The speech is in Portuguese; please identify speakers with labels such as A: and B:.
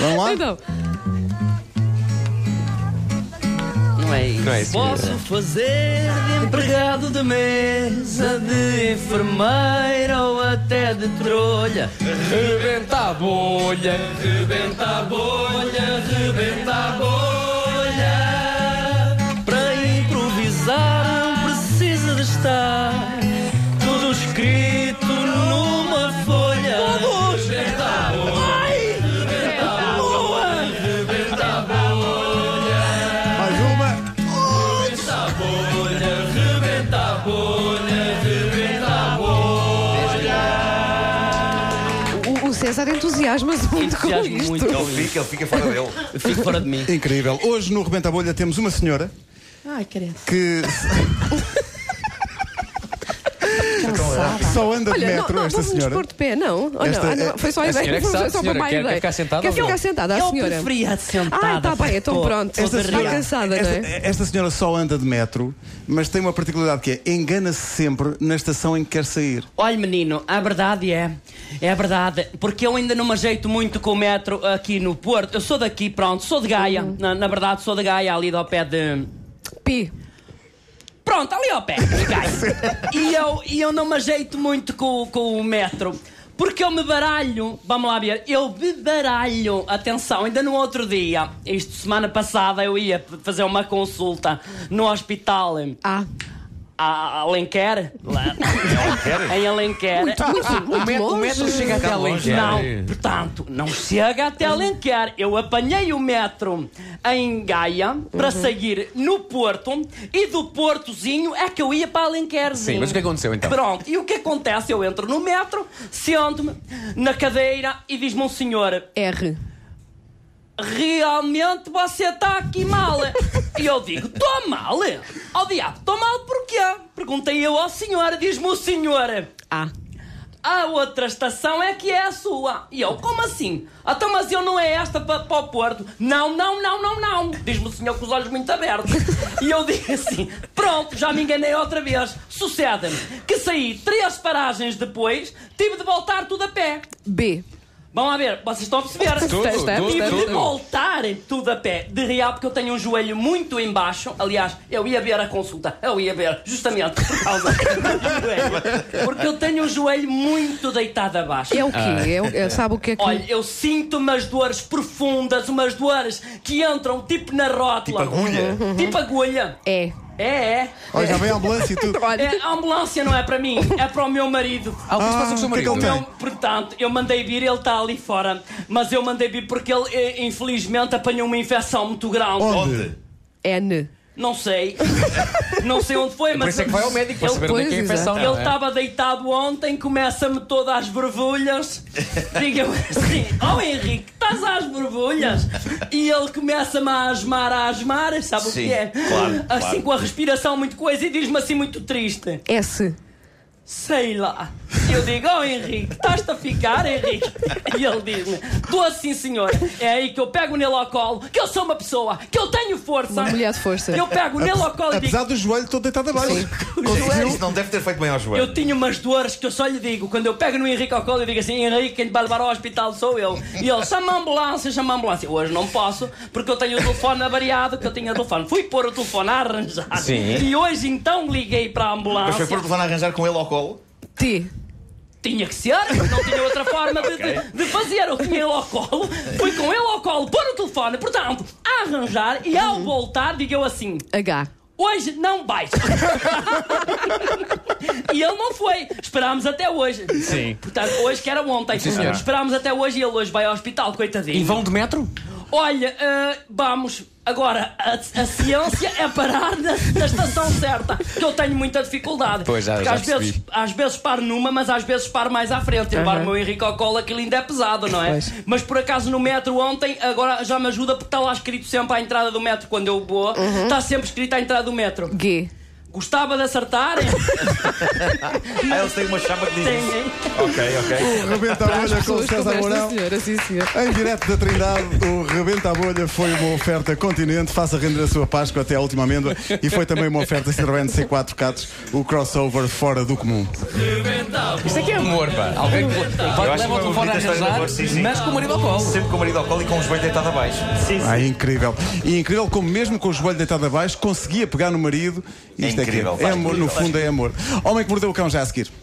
A: Vamos lá?
B: Então. Não é isso.
C: Não é isso.
B: Posso fazer de empregado de mesa, de enfermeira ou até de trolha.
C: Rebenta a bolha.
B: Rebenta a bolha, rebenta a bolha. Para improvisar não precisa de estar tudo escrito numa folha. Vamos! Rebenta a bolha. Rebenta a bolha. Rebenta a bolha.
A: Mais uma.
B: Rebenta a bolha. Rebenta a bolha. Rebenta a bolha.
D: O, o César entusiasma-se muito com
B: Entusiasmo
D: isto.
B: muito.
C: Ele fica, ele fica fora dele.
B: Eu Fico fora de mim.
A: Incrível. Hoje no Rebenta a Bolha temos uma senhora
D: Ai, credo.
A: que
D: Cansada.
A: só anda de
D: Olha, não,
A: metro,
D: não,
A: é esta
D: vamos
A: senhora.
D: nos pôr de pé, não. Ou
A: Esta-
D: não? Ah, não, Foi só a
C: a
D: ideia.
C: senhora é que
D: foi
C: sabe,
D: só
C: senhora.
D: uma má
C: Quer-
D: ideia.
C: quer ficar sentada
D: Quer
C: ou não? É
D: ficar sentada, a
B: Eu
D: senhora.
B: preferia sentada.
D: Ah, tá bem, então
B: Pô,
D: pronto.
B: pô,
D: Esta
B: barriga.
D: senhora- cansada,
A: esta,
D: não é?
A: esta senhora só anda de metro, mas tem uma particularidade que é engana-se sempre na estação em que quer sair.
B: Olha, menino, a verdade é. É a verdade. Porque eu ainda não me ajeito muito com o metro aqui no Porto. Eu sou daqui, pronto, sou de Gaia.
D: Uhum.
B: Na, na verdade, sou de Gaia, ali ao pé de.
D: Pi.
B: Pronto, ali ao pé de Gaia. e, eu, e eu não me ajeito muito com, com o metro. Porque eu me baralho, vamos lá ver, eu me baralho, atenção, ainda no outro dia, isto semana passada, eu ia fazer uma consulta no hospital em
D: Ah,
B: a- Alenquer, lá, em Alenquer.
D: muito, muito
C: O
D: longe.
C: metro chega até além.
B: Não, portanto, não chega até Alenquer. Eu apanhei o metro em Gaia para sair no Porto e do Portozinho é que eu ia para Alenquerzinho.
C: Sim, mas o que aconteceu, então?
B: Pronto, e o que acontece? Eu entro no metro, sento-me na cadeira e diz-me um senhor:
D: R.
B: realmente você está aqui mal. é? E eu digo, estou mal? Ao diabo, estou mal porquê? Perguntei eu ao senhor, diz-me o senhor. "É,
D: A.
B: A outra estação é que é a sua. E eu, como assim? Então, mas eu não é esta para, para o Porto. Não, não, não, não, não. Diz-me o senhor com os olhos muito abertos. e eu digo assim: pronto, já me enganei outra vez. Sucede-me que saí três paragens depois, tive de voltar tudo a pé.
D: B.
B: Vão lá ver, vocês estão a perceber?
C: Tudo,
D: Testa,
C: tudo,
B: Tive de
C: tudo.
B: voltar tudo a pé. De real, porque eu tenho um joelho muito em baixo. Aliás, eu ia ver a consulta. Eu ia ver, justamente por causa do joelho. Porque eu tenho um joelho muito deitado abaixo.
D: É o quê?
C: Ah.
D: É o- é- sabe o que é que.
B: Olha, eu sinto umas dores profundas, umas dores que entram tipo na rótula. Tipo agulha. Tipo agulha.
D: É.
B: É, é.
A: Olha, já vem a ambulância e tudo.
D: Olha.
B: É, A ambulância não é para mim, é para o meu marido.
C: Ah, o que se passa com o
A: Ah,
C: seu
A: o que é que
C: marido?
A: ele tem?
B: Não, Então, portanto, eu mandei vir, ele está ali fora. Mas eu mandei vir porque ele, eh, infelizmente, apanhou uma infecção muito grande.
A: Onde?
D: N.
B: Não sei. não sei onde foi,
C: Por
B: mas.
C: isso é que vai ao médico para
B: Ele-
C: saber onde é que é a
D: Pois,
C: infecção.
B: Ele
C: não é?
B: estava deitado ontem, começa-me todas as borbulhas. Diga-me assim: Ó Henrique, estás às borbulhas? E ele começa-me a asmar, a asmar, sabe o
E: Sim,
B: que é?
E: claro,
B: assim,
E: claro.
B: com a respiração, muito coisa, e diz-me assim, muito triste:
D: S.
B: Sei lá. Eu digo, oh Henrique, estás-te a ficar, Henrique? E ele diz-me, estou assim, senhor. É aí que eu pego nele ao colo, que eu sou uma pessoa, que eu tenho força.
D: Uma mulher de força.
B: Eu pego nele ao colo e digo,
A: Apesar do joelho todo deitado abaixo.
E: Isso não deve ter feito bem ao joelho.
B: eu tinha umas dores que eu só lhe digo, quando eu pego no Henrique ao colo, eu digo assim, Henrique, quem te vai levar ao hospital sou eu. E ele, chama a ambulância, chama a ambulância. Hoje não posso, porque eu tenho o telefone avariado, que eu tinha o telefone. Fui pôr o telefone a arranjar.
C: Sim.
B: E hoje então liguei para a ambulância.
E: Mas foi por telefone a arranjar com ele ao colo.
D: T.
B: Tinha que ser, porque não tinha outra forma de, de- de fazer. Eu tinha ele ao colo, fui com ele ao colo, pôr o telefone, portanto, a arranjar e
C: Uhum.
B: ao voltar, digo eu assim:
D: H.
B: hoje não baixa. e ele não foi. Esperámos até hoje.
C: Sim.
B: Portanto, hoje que era ontem.
C: Sim, senhora.
B: Esperámos até hoje e ele hoje vai ao hospital, coitadinho.
C: E vão de metro?
B: Olha, eh, vamos. Agora, a, a ciência é parar na, na estação certa, que eu tenho muita dificuldade.
C: Pois, já-
B: Porque
C: já
B: às, vezes,
C: percebi.
B: às vezes paro numa, mas às vezes paro mais à frente. Eu paro o meu Henrique ao colo, aquilo ainda é pesado, não é?
D: Pois.
B: Mas por acaso no metro ontem, agora já me
C: Uhum.
B: ajuda porque está lá escrito sempre à entrada do metro quando eu vou. Está sempre escrito à entrada do metro.
D: G.
B: Gostava de acertarem?
E: Ah, eles têm uma chapa que diz.
B: Tem,
E: isso.
B: hein?
E: Ok, ok.
A: O Rebenta a
D: Para as
A: Bolha com o
D: pessoas como
A: César
D: esta
A: Mourão.
D: senhora, sim, senhor.
A: Em direto da Trindade, o Rebenta a Bolha foi uma oferta continente. Faça render a sua Páscoa até à última amêndoa. E foi também uma oferta Citroën C4 Catos, o crossover fora do comum.
C: Isto aqui é amor, pá. Alguém que vai
E: Eu
C: que
E: acho
C: leva o
E: que
C: telefone a
E: é uma bonita história de
C: arranjar,
E: amor, sim, sim.
C: mas com o marido ao colo.
E: Sempre com o marido ao colo e com os joelhos deitado abaixo. Sim,
A: Ah, incrível. E incrível como mesmo com o joelho deitado abaixo conseguia pegar no marido.
E: É
A: Isto que
E: incrível, pá,
A: é amor, no
E: incrível.
A: fundo é amor. Homem que mordeu o cão já a seguir.